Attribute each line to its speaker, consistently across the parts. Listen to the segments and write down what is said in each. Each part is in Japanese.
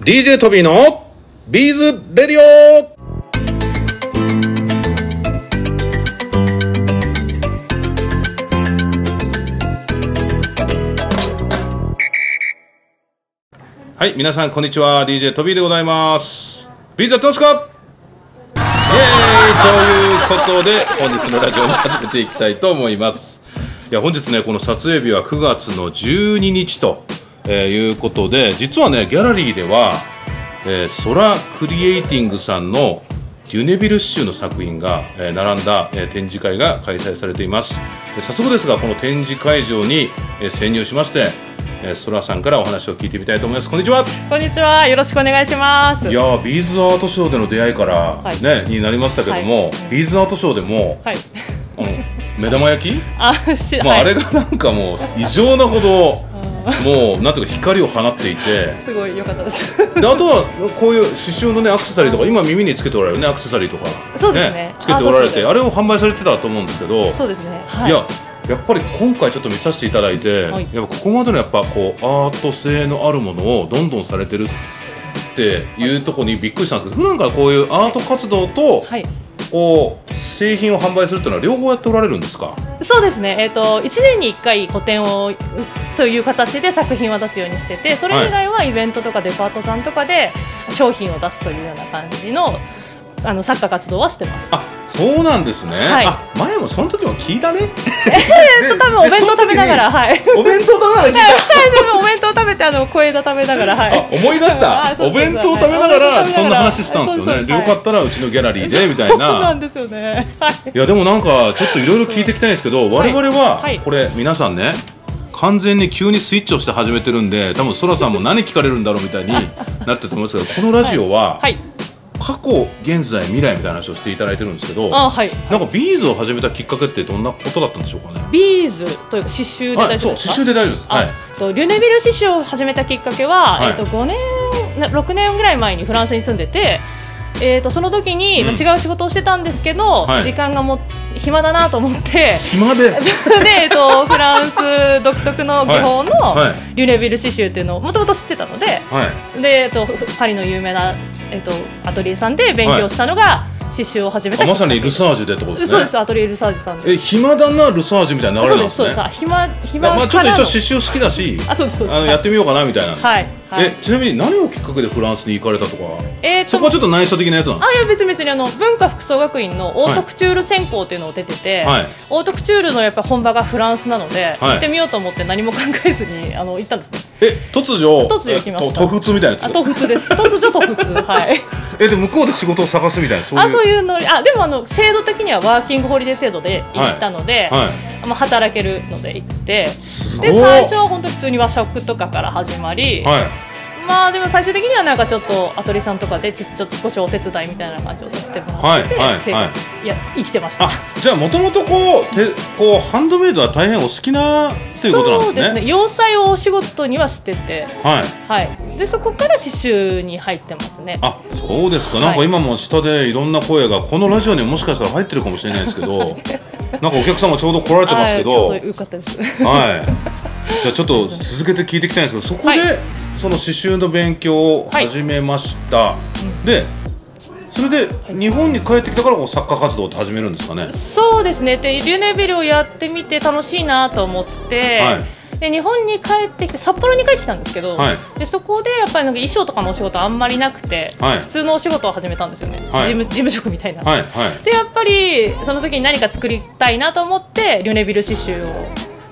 Speaker 1: DJ トビーのビーズレディオはい、皆さんこんにちは。DJ トビーでございます。ビーズやってますかイエーイということで本日のラジオも始めていきたいと思いますいや本日ねこの撮影日は9月の12日と、えーいうことで実はねギャラリーでは、えーソラクリエイティングさんのデュネビル州の作品が、えー並んだ、えー展示会が開催されていますで早速ですがこの展示会場に、えー潜入しまして、えー、ソラさんからお話を聞いてみたいと思いますこんにちは
Speaker 2: こんにちは、よろしくお願いします。
Speaker 1: いやービーズアートショーでの出会いから、
Speaker 2: はい
Speaker 1: ねになりましたけども、ビーズアートショーでも、
Speaker 2: はい。
Speaker 1: あの目玉焼き、
Speaker 2: あ、し、
Speaker 1: まあ、
Speaker 2: はい
Speaker 1: あれがなんかもう異常なほどもうなんていうか光を放っていて
Speaker 2: すごい良かったで す。
Speaker 1: であとはこういう刺繍のねアクセサリーとか今耳につけておられるねアクセサリーとか
Speaker 2: そうですね
Speaker 1: つけておられて
Speaker 2: あ
Speaker 1: あれを販売されてたと思うんですけど
Speaker 2: そうですね。はい
Speaker 1: ややっぱり今回ちょっと見させていただいて、
Speaker 2: はい
Speaker 1: やっぱここまでのやっぱこうアート性のあるものをどんどんされてるっていうところにびっくりしたんですけど普段からこういうアート活動と
Speaker 2: はい。
Speaker 1: こう製品を販売するっていうのは両方やっておられるんですか
Speaker 2: そうですね。えっ、と一年に一回個展をうという形で作品を出すようにしてて、それ以外はイベントとかデパートさんとかで商品を出すというような感じのあの作家活動はしてます。
Speaker 1: あそうなんですね、
Speaker 2: はい
Speaker 1: あ前もその時も聞いたね
Speaker 2: えっと多分お弁当食べながら、はい。
Speaker 1: お弁当食べながら聞い
Speaker 2: お弁当食べてあの小枝食べながら、はい
Speaker 1: たあ。思い出し た
Speaker 2: あそうそう
Speaker 1: お弁当食べなが
Speaker 2: はい
Speaker 1: ら
Speaker 2: お弁当食べながら
Speaker 1: そんな話したんですよ
Speaker 2: そう
Speaker 1: ね
Speaker 2: そう
Speaker 1: でよかったらうちのギャラリーでみた
Speaker 2: そ
Speaker 1: いう
Speaker 2: な
Speaker 1: なん
Speaker 2: ですよね。はい。
Speaker 1: いやでもなんかちょっといろいろ聞いていきたいんですけど、
Speaker 2: はい
Speaker 1: 我々は
Speaker 2: はい
Speaker 1: これ皆さんね完全に急にスイッチをして始めてるんで多分そらさんも何聞かれるんだろうみ たいになってると思いますけどこのラジオは
Speaker 2: はい。
Speaker 1: 過去現在未来みたいな話をしていただいてるんですけどな
Speaker 2: あ、
Speaker 1: んか
Speaker 2: はい。
Speaker 1: ビーズを始めたきっかけってどんなことだったんでしょうかね
Speaker 2: ビーズというか刺繍で
Speaker 1: は
Speaker 2: 大
Speaker 1: い
Speaker 2: 丈
Speaker 1: そう
Speaker 2: 夫ですか。
Speaker 1: 刺繍で大丈夫ですはい
Speaker 2: あとリュネビル刺繍を始めたきっかけは、
Speaker 1: はい
Speaker 2: えっと5年な6年ぐらい前にフランスに住んでて、えっとその時に、
Speaker 1: うん
Speaker 2: まあ違う仕事をしてたんですけど、
Speaker 1: はい
Speaker 2: 時間がもう暇だなと思って。
Speaker 1: 暇で
Speaker 2: で、えっとフランス 独特の技法の
Speaker 1: はいは
Speaker 2: リュネビル刺繍っていうのをもともと知ってたので
Speaker 1: はい
Speaker 2: で、えっとパリの有名な、えっとアトリエさんで勉強したのが、刺繍を始めた
Speaker 1: あ
Speaker 2: き
Speaker 1: ま
Speaker 2: っか
Speaker 1: さ
Speaker 2: け
Speaker 1: にルサージュでってことで
Speaker 2: ですそう
Speaker 1: ね
Speaker 2: ですアトリエルサージュさんで
Speaker 1: え暇だなルサージュみたいな流れ
Speaker 2: そ
Speaker 1: な
Speaker 2: う
Speaker 1: ん
Speaker 2: で
Speaker 1: ですす
Speaker 2: そう
Speaker 1: ね
Speaker 2: ですあ暇暇
Speaker 1: まあちょっと
Speaker 2: から
Speaker 1: 一応
Speaker 2: の
Speaker 1: 刺繍好きだし
Speaker 2: あそうですそうです
Speaker 1: あの
Speaker 2: はい
Speaker 1: やってみようかなみたいな
Speaker 2: はいはい
Speaker 1: えちなみに何をきっかけでフランスに行かれたとか
Speaker 2: えーと
Speaker 1: そこはちょっと内緒的なやつなんで
Speaker 2: あいや別に別にあの文化服装学院のオートクチュール専攻っていうのを出てて、
Speaker 1: はい
Speaker 2: オートクチュールのやっぱ本場がフランスなので、
Speaker 1: はい
Speaker 2: 行ってみようと思って何も考えずにあの行ったんですね。
Speaker 1: すえ突如
Speaker 2: 突如行きました
Speaker 1: えっと突発みたいなや
Speaker 2: あ
Speaker 1: つ
Speaker 2: と普通です。突如と普 通はい。
Speaker 1: えで向こうで仕事を探すみたいなそういう
Speaker 2: あそういうのあでもあの制度的にはワーキングホリデー制度で行ったので、
Speaker 1: は
Speaker 2: まあ働けるので行って。
Speaker 1: すごい
Speaker 2: で最初は本当に普通に和食とかから始まり、
Speaker 1: はい
Speaker 2: まあでも最終的にはなんかちょっとアトリさんとかでちちょっと少しお手伝いみたいな感じをさせてもらってて、
Speaker 1: はいはい
Speaker 2: 生活いや生きてました
Speaker 1: あじゃあもともとこうてこうハンドメイドは大変お好きなということなんですね
Speaker 2: そうですね洋裁をお仕事にはしてて
Speaker 1: はい
Speaker 2: はいでそこから刺繍に入ってますね
Speaker 1: あそうですか、なんか
Speaker 2: はい
Speaker 1: 今も下でいろんな声が、このラジオにもしかしたら入ってるかもしれないですけど、なんかお客様ちょうど来られてますけど、
Speaker 2: は
Speaker 1: はい
Speaker 2: ちょうどよかったです
Speaker 1: い、じゃあちょっと続けて聞いていきたいんですけど、そこで、
Speaker 2: はい
Speaker 1: その刺繍の勉強を始めました、で、それで日本に帰ってきたから、こう作家活動って始めるんですかね。
Speaker 2: そうですねでリュネビルをやってみて楽しいなと思って、
Speaker 1: は
Speaker 2: で日本に帰ってきて札幌に帰ってきたんですけど、
Speaker 1: はい
Speaker 2: でそこでやっぱりなんか衣装とかのお仕事あんまりなくて、
Speaker 1: はい
Speaker 2: 普通のお仕事を始めたんですよね、
Speaker 1: はい
Speaker 2: 事務事 務職みたいな、
Speaker 1: はい、はい
Speaker 2: でやっぱりその時に何か作りたいなと思ってリュネビル刺繍を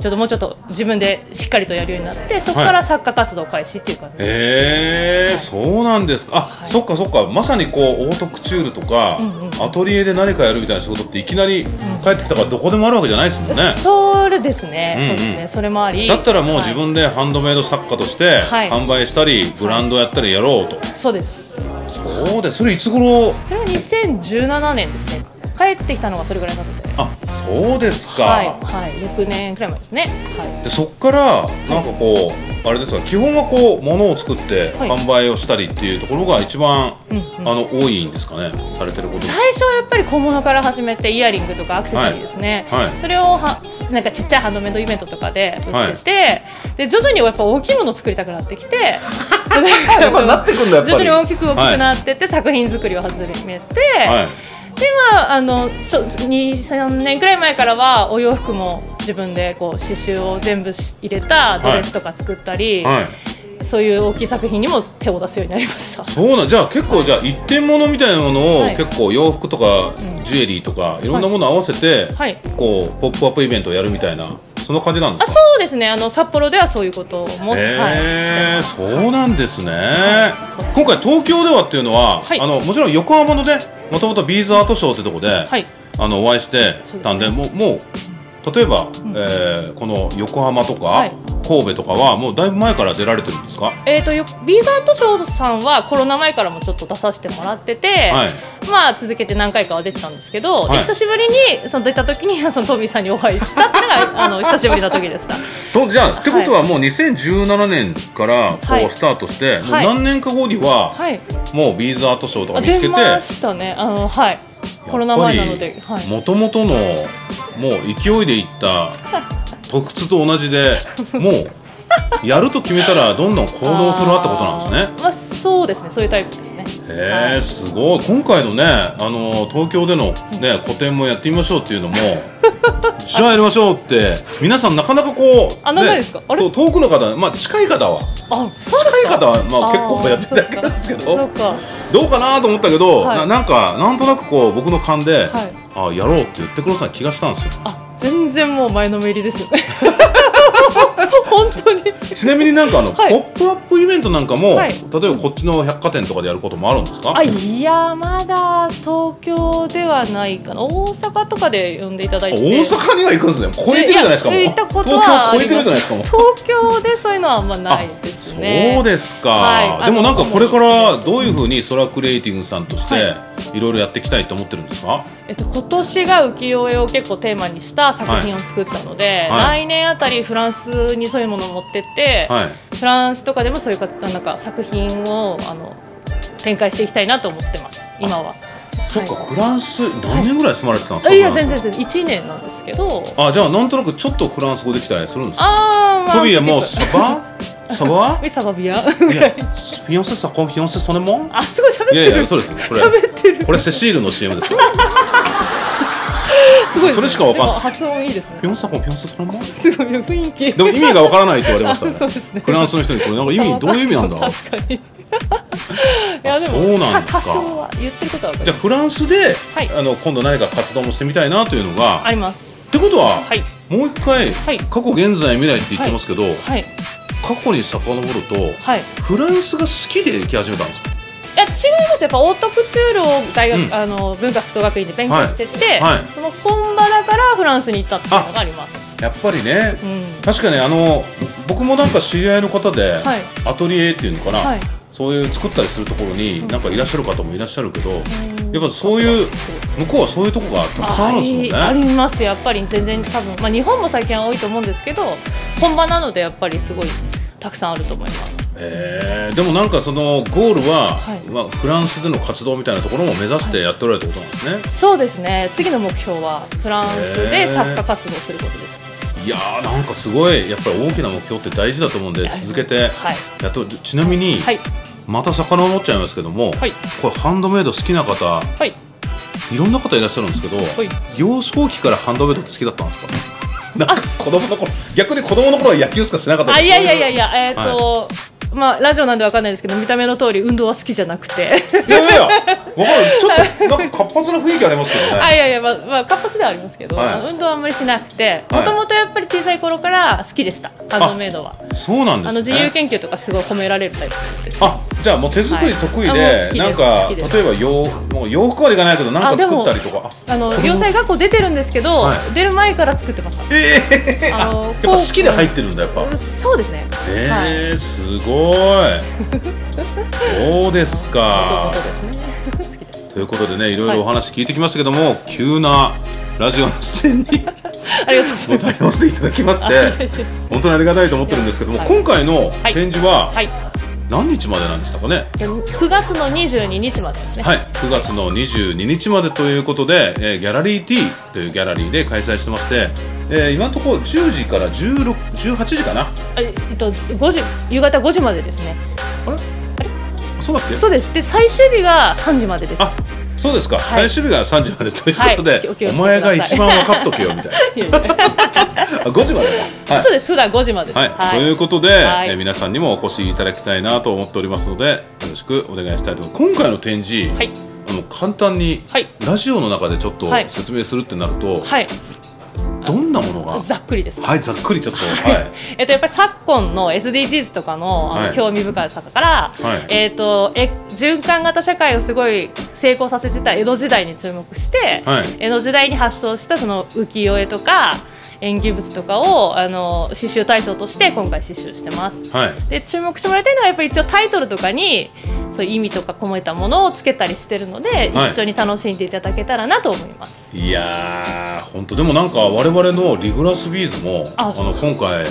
Speaker 2: ちょっともうちょっと自分でしっかりとやるようになってそこか
Speaker 1: は
Speaker 2: ら作家活動を開始っていう感じ、
Speaker 1: えー、そうなんですか、あ、
Speaker 2: はい
Speaker 1: そっかそっか、まさにこうオートクチュールとか、
Speaker 2: んうん
Speaker 1: アトリエで何かやるみたいな仕事って、いきなり帰ってきたから、どこでもあるわけじゃないですもんね。
Speaker 2: それですね、
Speaker 1: うんうん
Speaker 2: そうですねそれもあり
Speaker 1: だったらもう
Speaker 2: はい
Speaker 1: 自分でハンドメイド作家として
Speaker 2: はい
Speaker 1: 販売したり、ブランドやったりやろうと、
Speaker 2: そうです
Speaker 1: そうですそれいつ頃
Speaker 2: それは2017年ですね帰ってきたのがそれぐらいなので
Speaker 1: あそうですか、
Speaker 2: はい、はい、6年くらい前ですね、はい、
Speaker 1: でそっからなんかこうあれですか基本はこう物を作って
Speaker 2: はい
Speaker 1: 販売をしたりっていうところが一番、
Speaker 2: うん
Speaker 1: あの多いんですかねされてることが
Speaker 2: 最初はやっぱり小物から始めてイヤリングとかアクセサリーですね、
Speaker 1: はいはい
Speaker 2: それをはなんかちっちゃいハンドメイドイベントとかで売ってて、で徐々にやっぱ大きいものを作りたくなってき て
Speaker 1: やっぱなってくんだやっ
Speaker 2: 徐
Speaker 1: ぱ
Speaker 2: 々
Speaker 1: り
Speaker 2: に大きく大きくなってって、作品作りを始めて、
Speaker 1: はい
Speaker 2: でまああのちょ23年くらい前からはお洋服も自分でこう刺繍を全部し入れたドレスとか作ったり、
Speaker 1: はい
Speaker 2: そういう大きい作品にも手を出すようになりました。
Speaker 1: そうなんじゃあ結構じゃあ一点物みたいなものを、
Speaker 2: はい
Speaker 1: 結構洋服とかジュエリーとかいろんなもの合わせて、
Speaker 2: はい
Speaker 1: こうポップアップイベントをやるみたいなそんな感じなんで
Speaker 2: あ
Speaker 1: す
Speaker 2: そ
Speaker 1: か
Speaker 2: うですねあの札幌ではそういうことも、はい、して
Speaker 1: へえ
Speaker 2: ます
Speaker 1: そうなんですね、
Speaker 2: はい
Speaker 1: 今回東京ではっていうのは、
Speaker 2: はい
Speaker 1: あのもちろん横浜のねもともとビーズアートショーってとこで、
Speaker 2: はい
Speaker 1: あのお会いしてたんでもうもう例えば、えーこの横浜とか、
Speaker 2: はい
Speaker 1: 神戸とかはもうだいぶ前から出られてるんですか
Speaker 2: えー、とよビーザートショーさんはコロナ前からもちょっと出させてもらってて、
Speaker 1: はい
Speaker 2: まあ続けて何回かは出てたんですけど、
Speaker 1: はい
Speaker 2: で久しぶりにその出た時にそのトミーさんにお会いしたっていう のがあの久しぶりな時でした
Speaker 1: そうじゃあってことはもう2017年から
Speaker 2: は
Speaker 1: こう
Speaker 2: い
Speaker 1: スタートして、
Speaker 2: はい
Speaker 1: もう何年か後には、
Speaker 2: はい
Speaker 1: もうビーズアートショーとか
Speaker 2: あ
Speaker 1: 見つけ
Speaker 2: 出
Speaker 1: て
Speaker 2: ましたねあのはいコロナ前なので、はい、
Speaker 1: もともとのもう勢いでい った特質と同じでもうやると決めたらどんどん行動するなってことなんですね
Speaker 2: ねまあそうですねそういうタイプですね
Speaker 1: へ
Speaker 2: は
Speaker 1: え
Speaker 2: い
Speaker 1: すごい今回のねあの東京での、ね、個展もやってみましょうっていう のもじゃあやりましょうって皆さんなかなかこう
Speaker 2: あなかですかあれ
Speaker 1: と遠くの方、まあ、近い方は
Speaker 2: あそうですか
Speaker 1: 近い方は、まあ、結構
Speaker 2: ー
Speaker 1: やってただけなんですけど
Speaker 2: そうか
Speaker 1: どうかなと思ったけど、
Speaker 2: はい
Speaker 1: ななんかなんとなくこう僕の勘で、
Speaker 2: はい
Speaker 1: あやろうって言ってください気がしたんですよ
Speaker 2: あ全然もう前のめりですよね本当に
Speaker 1: ちなみになんかあの、
Speaker 2: はい
Speaker 1: ポップアップイベントなんかも、
Speaker 2: はい
Speaker 1: 例えばこっちの百貨店とかでやることもあるんですか
Speaker 2: あいやまだ東京ではないかな大阪とかで呼んでいただい
Speaker 1: 大
Speaker 2: て
Speaker 1: 阪には行くんですね超えてるじゃないですかもう
Speaker 2: や行ったことは
Speaker 1: 東京超えてるじゃないですかもう
Speaker 2: あります東京でそういうのはあんまないですね
Speaker 1: そうですか、
Speaker 2: はい
Speaker 1: でもなんかこれから
Speaker 2: あの
Speaker 1: どういうふうにソラクリエイティングさんとして、、
Speaker 2: はい
Speaker 1: ろいろやっていきたいと思ってるんですか
Speaker 2: えっと、今年が浮世絵を結構テーマにした作品を作ったので、
Speaker 1: はいはい
Speaker 2: 来年あたりフランスにそういうものを持ってって、
Speaker 1: はい
Speaker 2: フランスとかでもそういうかなんか作品をあの展開していきたいなと思ってます今は
Speaker 1: そっかフランス何年ぐらい住まれてたんです
Speaker 2: あ
Speaker 1: か、
Speaker 2: いや
Speaker 1: フラン
Speaker 2: 全
Speaker 1: ス
Speaker 2: 然全然1年なんですけど
Speaker 1: あじゃあなんとなくちょっとフランス語できたりするんですか
Speaker 2: あーまあ
Speaker 1: トビーはもう
Speaker 2: 結
Speaker 1: サバサバ
Speaker 2: 構ミサバビア
Speaker 1: いやフィオンセサコンフィオンセソネモン
Speaker 2: あすごい喋ってる
Speaker 1: いやいやそうですこれ
Speaker 2: 喋ってる
Speaker 1: これセシールの CM ですよ
Speaker 2: すごいですね
Speaker 1: それしかわかんない
Speaker 2: でも発音いいですね
Speaker 1: ピョンサコンピョンサコンもです
Speaker 2: ごい雰囲気
Speaker 1: も意味がわからないって言われましたね
Speaker 2: あ そうですね
Speaker 1: フランスの人にこれなんか意 味どういう意味なんだろう
Speaker 2: 確かにいやでも
Speaker 1: そうなんですか
Speaker 2: 多少は言ってることはわか
Speaker 1: じゃ
Speaker 2: る
Speaker 1: あフランスで、
Speaker 2: はい
Speaker 1: あの今度何か活動もしてみたいなというのが、
Speaker 2: あ
Speaker 1: っ
Speaker 2: ります
Speaker 1: てことは、
Speaker 2: はい
Speaker 1: もう一回、
Speaker 2: はい
Speaker 1: 過去現在未来って言ってますけど、
Speaker 2: はい
Speaker 1: 過去に遡ると、
Speaker 2: はい
Speaker 1: フランスが好きで行き始めたんですか
Speaker 2: いや違いますやっぱオートクチュールを大学、
Speaker 1: うん
Speaker 2: あの文学総学院で勉強してて、
Speaker 1: はいはい
Speaker 2: その本場だからフランスに行ったっていうのがあります
Speaker 1: やっぱりね、
Speaker 2: うん
Speaker 1: 確かにあの僕もなんか知り合いの方で、
Speaker 2: はい
Speaker 1: アトリエっていうのかな、
Speaker 2: はい
Speaker 1: そういう作ったりするところに、なんかいらっしゃる方もいらっしゃるけど、
Speaker 2: ん
Speaker 1: やっぱそういう向こうはそういうとこがたくさんあるんですもんね。
Speaker 2: ありますやっぱり全然多分、まあ、日本も最近は多いと思うんですけど本場なのでやっぱりすごいたくさんあると思います
Speaker 1: えーでもなんかそのゴールは、
Speaker 2: はい
Speaker 1: まあ、フランスでの活動みたいなところも目指してやっておられるってことなんですね、
Speaker 2: そうですね次の目標はフランス
Speaker 1: へ
Speaker 2: で
Speaker 1: ー
Speaker 2: 作家活動することです
Speaker 1: い、やーなんかすごいやっぱり大きな目標って大事だと思うんで
Speaker 2: はい
Speaker 1: 続けて、
Speaker 2: はい
Speaker 1: やっとちなみに、
Speaker 2: はい
Speaker 1: また遡っちゃいますけども、
Speaker 2: はい
Speaker 1: これハンドメイド好きな方
Speaker 2: はい
Speaker 1: いろんな方いらっしゃるんですけど、
Speaker 2: い
Speaker 1: 幼少期からハンドメイドって好きだったん ですかなんか
Speaker 2: あ
Speaker 1: 子供の頃逆に子供の頃は野球しかしなかった
Speaker 2: あいやいやいやい
Speaker 1: や
Speaker 2: やえっ、と、まあラジオなんでわかんないですけど見た目の通り運動は好きじゃなくて
Speaker 1: いやいやいやわかるちょっとなんか活発な雰囲気ありますけどね
Speaker 2: あいやいやまあ、まあ、活発ではありますけど、
Speaker 1: はい
Speaker 2: あの運動はあんまりしなくて
Speaker 1: はい
Speaker 2: もともとやっぱり小さい頃から好きでしたハンドメイドは
Speaker 1: そうなんで
Speaker 2: あ
Speaker 1: す
Speaker 2: の
Speaker 1: ね
Speaker 2: 自由研究とかすごい褒められるタイプです
Speaker 1: あじゃあもう手作り得意で、
Speaker 2: はいあもう好きです
Speaker 1: なんか
Speaker 2: 好きです
Speaker 1: 例えば洋もう洋服までいかないけどなん
Speaker 2: あ
Speaker 1: か
Speaker 2: で
Speaker 1: 作っ
Speaker 2: も
Speaker 1: たりと かあ
Speaker 2: あの
Speaker 1: 子供
Speaker 2: 洋裁学校出てるんですけど、
Speaker 1: はい
Speaker 2: 出る前から作ってました
Speaker 1: ええ
Speaker 2: あの
Speaker 1: やっぱ好きで入ってるんだやっぱ
Speaker 2: そうですね、
Speaker 1: え
Speaker 2: はい
Speaker 1: えす ごいそうです
Speaker 2: という
Speaker 1: か
Speaker 2: ことですね 好きです
Speaker 1: ということでねいろいろお話聞いてきましたけども、急なラジオの出演に
Speaker 2: ありがとう
Speaker 1: ご
Speaker 2: ございま
Speaker 1: 対応していただきまし
Speaker 2: あいえ
Speaker 1: て
Speaker 2: いえ
Speaker 1: 本当にありがたいと思ってるんですけども、
Speaker 2: はい
Speaker 1: 今回の
Speaker 2: い
Speaker 1: 展示は
Speaker 2: す。はい。
Speaker 1: 何日までなんでしたかね、
Speaker 2: 9月の22日までですね。
Speaker 1: はい、9月の22日までということで、えーギャラリー T というギャラリーで開催してまして、えー今のところ10時から16 18時かな
Speaker 2: あえっと5時夕方5時までですね。
Speaker 1: あれそうだっけ
Speaker 2: そうです。で最終日が3時までです。
Speaker 1: あそうですか、
Speaker 2: はい
Speaker 1: 最終日が3時までということ
Speaker 2: は
Speaker 1: で
Speaker 2: い、お気をつけくだ
Speaker 1: お
Speaker 2: さい
Speaker 1: 前が一番分かっとけよみたいな
Speaker 2: いやいや
Speaker 1: あ5時までか、はい
Speaker 2: そうです。普段5時までです。
Speaker 1: はい、ということで、
Speaker 2: はい
Speaker 1: えー皆さんにもお越しいただきたいなと思っておりますのでよろしくお願いしたいと思います今回の展示、
Speaker 2: はい
Speaker 1: あの簡単に、
Speaker 2: はい
Speaker 1: ラジオの中でちょっと
Speaker 2: はい
Speaker 1: 説明するってなると、
Speaker 2: はい。
Speaker 1: どんなものが
Speaker 2: ざっくりです。
Speaker 1: はいざっくりちょっとはい
Speaker 2: えっと、やっぱり昨今の SDGs とかのあの
Speaker 1: はい
Speaker 2: 興味深さから、
Speaker 1: はい
Speaker 2: えっとえ循環型社会をすごい成功させてた江戸時代に注目して、
Speaker 1: はい
Speaker 2: 江戸時代に発祥したその浮世絵とか縁起物とかをあの刺繍対象として今回刺繍してます。
Speaker 1: はい
Speaker 2: で注目してもらいたいのはやっぱり一応タイトルとかにそういう意味とか込めたものをつけたりしてるので、
Speaker 1: はい
Speaker 2: 一緒に楽しんでいただけたらなと思います。
Speaker 1: いやー本当でもなんか我々のリグラスビーズもあ
Speaker 2: あ
Speaker 1: の今回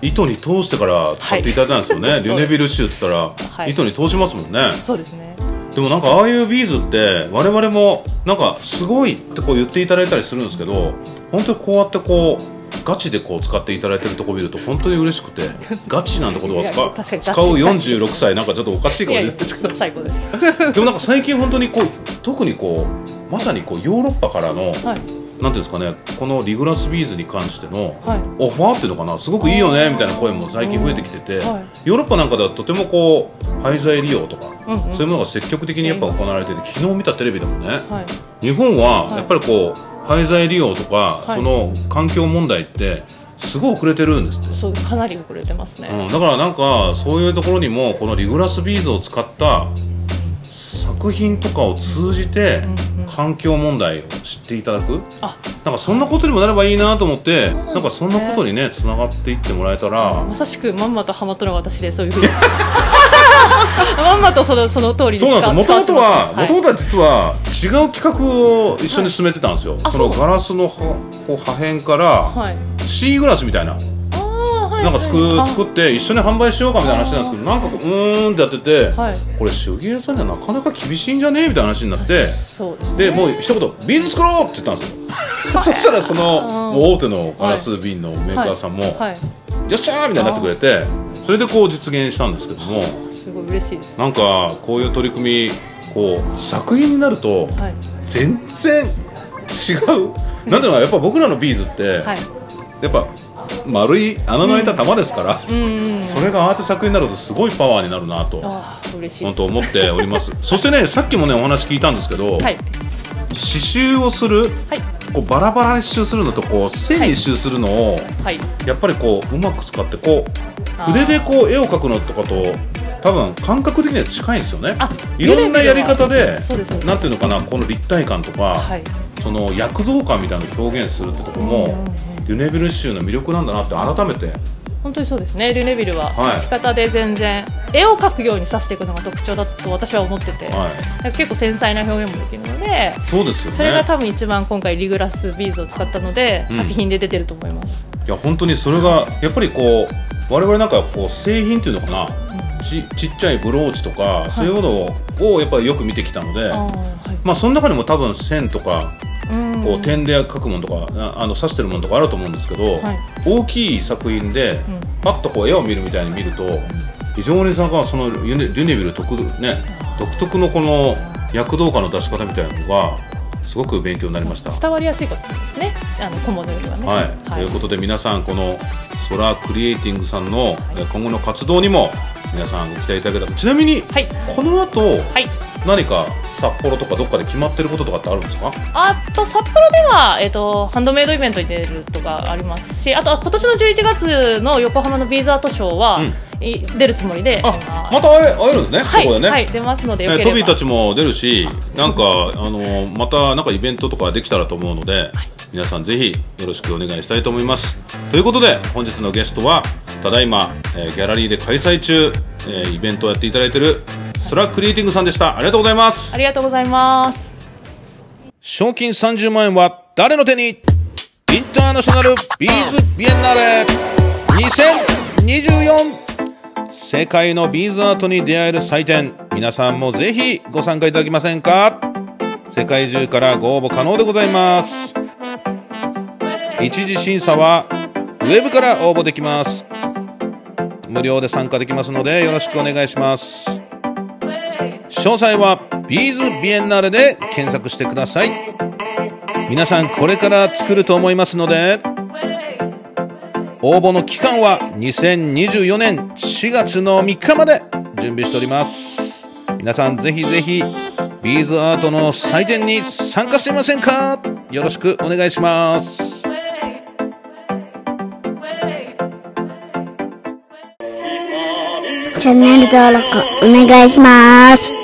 Speaker 1: 糸に通してから使っていただいたんですよね、
Speaker 2: はい
Speaker 1: リュネビルシューって言ったら、
Speaker 2: はい
Speaker 1: 糸に通しますもんね
Speaker 2: そうですね。
Speaker 1: でもなんかああいうビーズって我々もなんかすごいってこう言っていただいたりするんですけど本当にこうやってこうガチでこう使っていただいてるとこ見ると本当に嬉しくてガチなんて言葉を
Speaker 2: いや確か
Speaker 1: 使う
Speaker 2: に
Speaker 1: 使
Speaker 2: ガチ
Speaker 1: う46歳なんかちょっとおかしいかもしれないですけど
Speaker 2: 最高です。
Speaker 1: でもなんか最近本当にこう特にこうまさにこうヨーロッパからの、
Speaker 2: はい
Speaker 1: なんていうんですかねこのリグラスビーズに関しての
Speaker 2: はい
Speaker 1: オファーっていうのかなすごくいいよねみたいな声も最近増えてきてて、
Speaker 2: は
Speaker 1: ヨーロッパなんかではとてもこう廃材利用とか、
Speaker 2: うんうん
Speaker 1: そういうものが積極的にやっぱ行われてて昨日見たテレビでもね、
Speaker 2: はい
Speaker 1: 日本は
Speaker 2: はい
Speaker 1: やっぱりこう廃材利用とか、
Speaker 2: はい
Speaker 1: その環境問題ってすごい遅れてるんですって。
Speaker 2: そうかなり遅れてますね。
Speaker 1: うん、だからなんかそういうところにもこのリグラスビーズを使った作品とかを通じて
Speaker 2: うんうん
Speaker 1: 環境問題を知っていただく
Speaker 2: あ、
Speaker 1: なんかそんなことにもなればいいなと思って
Speaker 2: そうなんですね
Speaker 1: なんかそんなことにねつながっていってもらえたら
Speaker 2: まさしくまんまとハマったのが私でそういうふうに。まんまとそのその通りに
Speaker 1: そうなんですよもともとは
Speaker 2: 使わ
Speaker 1: も
Speaker 2: せ
Speaker 1: と
Speaker 2: てもらってます
Speaker 1: もとは実は違う企画を一緒に進めてたんですよ、
Speaker 2: あ
Speaker 1: その
Speaker 2: そう
Speaker 1: ガラスのはこう破片から、
Speaker 2: はい。はい。
Speaker 1: シーグラスみたいな
Speaker 2: ああはい。
Speaker 1: なんかつく
Speaker 2: はい
Speaker 1: 作って一緒に販売しようかみたいな話なんですけどなんかこううーんってやってて、
Speaker 2: はい
Speaker 1: これ手芸屋さんじゃなかなか厳しいんじゃねみたいな話になって
Speaker 2: そうです
Speaker 1: で
Speaker 2: ね。
Speaker 1: もう一言「ビーズ作ろう!」って言ったんですよそしたらその
Speaker 2: うん
Speaker 1: もう大手のガラス瓶のメーカーさんも「
Speaker 2: はい。
Speaker 1: よっしゃー!」みたいになってくれてそれでこう実現したんですけども
Speaker 2: すごい嬉しいです。
Speaker 1: なんかこういう取り組みこう作品になると
Speaker 2: はい。
Speaker 1: 全然違う。なんていうのかなやっぱ僕らのビーズって、
Speaker 2: はい。
Speaker 1: やっぱ丸い穴の開いた玉ですから、
Speaker 2: うん。
Speaker 1: それがアート作品になるとすごいパワーになるなと
Speaker 2: ああ嬉しいで
Speaker 1: 本
Speaker 2: す。
Speaker 1: 当思っております そしてねさっきもねお話聞いたんですけど、
Speaker 2: はい
Speaker 1: 刺繍をする
Speaker 2: はい
Speaker 1: こうバラバラに刺繍するのとこう線に刺繍するのを、
Speaker 2: はい。
Speaker 1: やっぱりこううまく使ってこう
Speaker 2: あー
Speaker 1: 筆でこう絵を描くのとかと多分感覚的には近いんですよね
Speaker 2: あ
Speaker 1: いろんなやり方で
Speaker 2: そうですそうです
Speaker 1: なんていうのかなこの立体感とか、
Speaker 2: はい
Speaker 1: その躍動感みたいなのを表現するってとこも、
Speaker 2: うんうんうん
Speaker 1: リュネビル州の魅力なんだなって改めて
Speaker 2: 本当にそうですね。ルネビルは
Speaker 1: はい
Speaker 2: 刺し方で全然絵を描くように刺していくのが特徴だと私は思ってて、
Speaker 1: はい
Speaker 2: なんか結構繊細な表現もできるので。
Speaker 1: そうですよね
Speaker 2: それが多分一番今回リグラスビーズを使ったので、
Speaker 1: うん
Speaker 2: 作品で出てると思います。
Speaker 1: いや本当にそれがやっぱりこう我々なんかこう製品っていうのかなちちっちゃいブローチとかそういうものををやっぱりよく見てきたので、
Speaker 2: あーはい
Speaker 1: まあその中にも多分線とか
Speaker 2: うん
Speaker 1: こう点で描くものとかなあの刺してるものとかあると思うんですけど、
Speaker 2: はい
Speaker 1: 大きい作品で
Speaker 2: ん
Speaker 1: パッとこう絵を見るみたいに見ると非常になんかそのユネルネビル特,、ね、独特のこの躍動感の出し方みたいなのがすごく勉強になりました。
Speaker 2: 伝わりやすいことですね。あの小物よりはね。
Speaker 1: はい、ということで皆さんこのソラクリエイティングさんのえー今後の活動にも皆さんご期待いただけたらちなみに、
Speaker 2: はい
Speaker 1: この後、
Speaker 2: はい。
Speaker 1: 何か札幌とかどっかで決まってることとかってあるんですか
Speaker 2: あと札幌ではえっ、とハンドメイドイベントに出るとかありますし、あと今年の11月の横浜のビーズアートショーは、
Speaker 1: う
Speaker 2: い出るつもりで。
Speaker 1: あまた会え会えるんですね、
Speaker 2: はい、
Speaker 1: そこでね、
Speaker 2: はい出ますので
Speaker 1: え
Speaker 2: よけ
Speaker 1: ー
Speaker 2: れ
Speaker 1: ト
Speaker 2: ば。
Speaker 1: ビーたちも出るしなんか、あのーまたなんかイベントとかできたらと思うので、皆さんぜひよろしくお願いしたいと思いますということで本日のゲストはただいま、えーギャラリーで開催中、えーイベントをやっていただいているそれはクリエイティングさんでしたありがとうございます
Speaker 2: ありがとうございます
Speaker 1: 賞金30万円は誰の手にインターナショナルビーズビエンナーレ2024世界のビーズアートに出会える祭典皆さんもぜひご参加いただけませんか世界中からご応募可能でございます一次審査はウェブから応募できます無料で参加できますのでよろしくお願いします詳細はビーズビエンナーレで検索してください皆さんこれから作ると思いますので応募の期間は2024年4月の3日まで準備しております皆さんぜひぜひビーズアートの祭典に参加してみませんかよろしくお願いします
Speaker 3: チャンネル登録お願いします。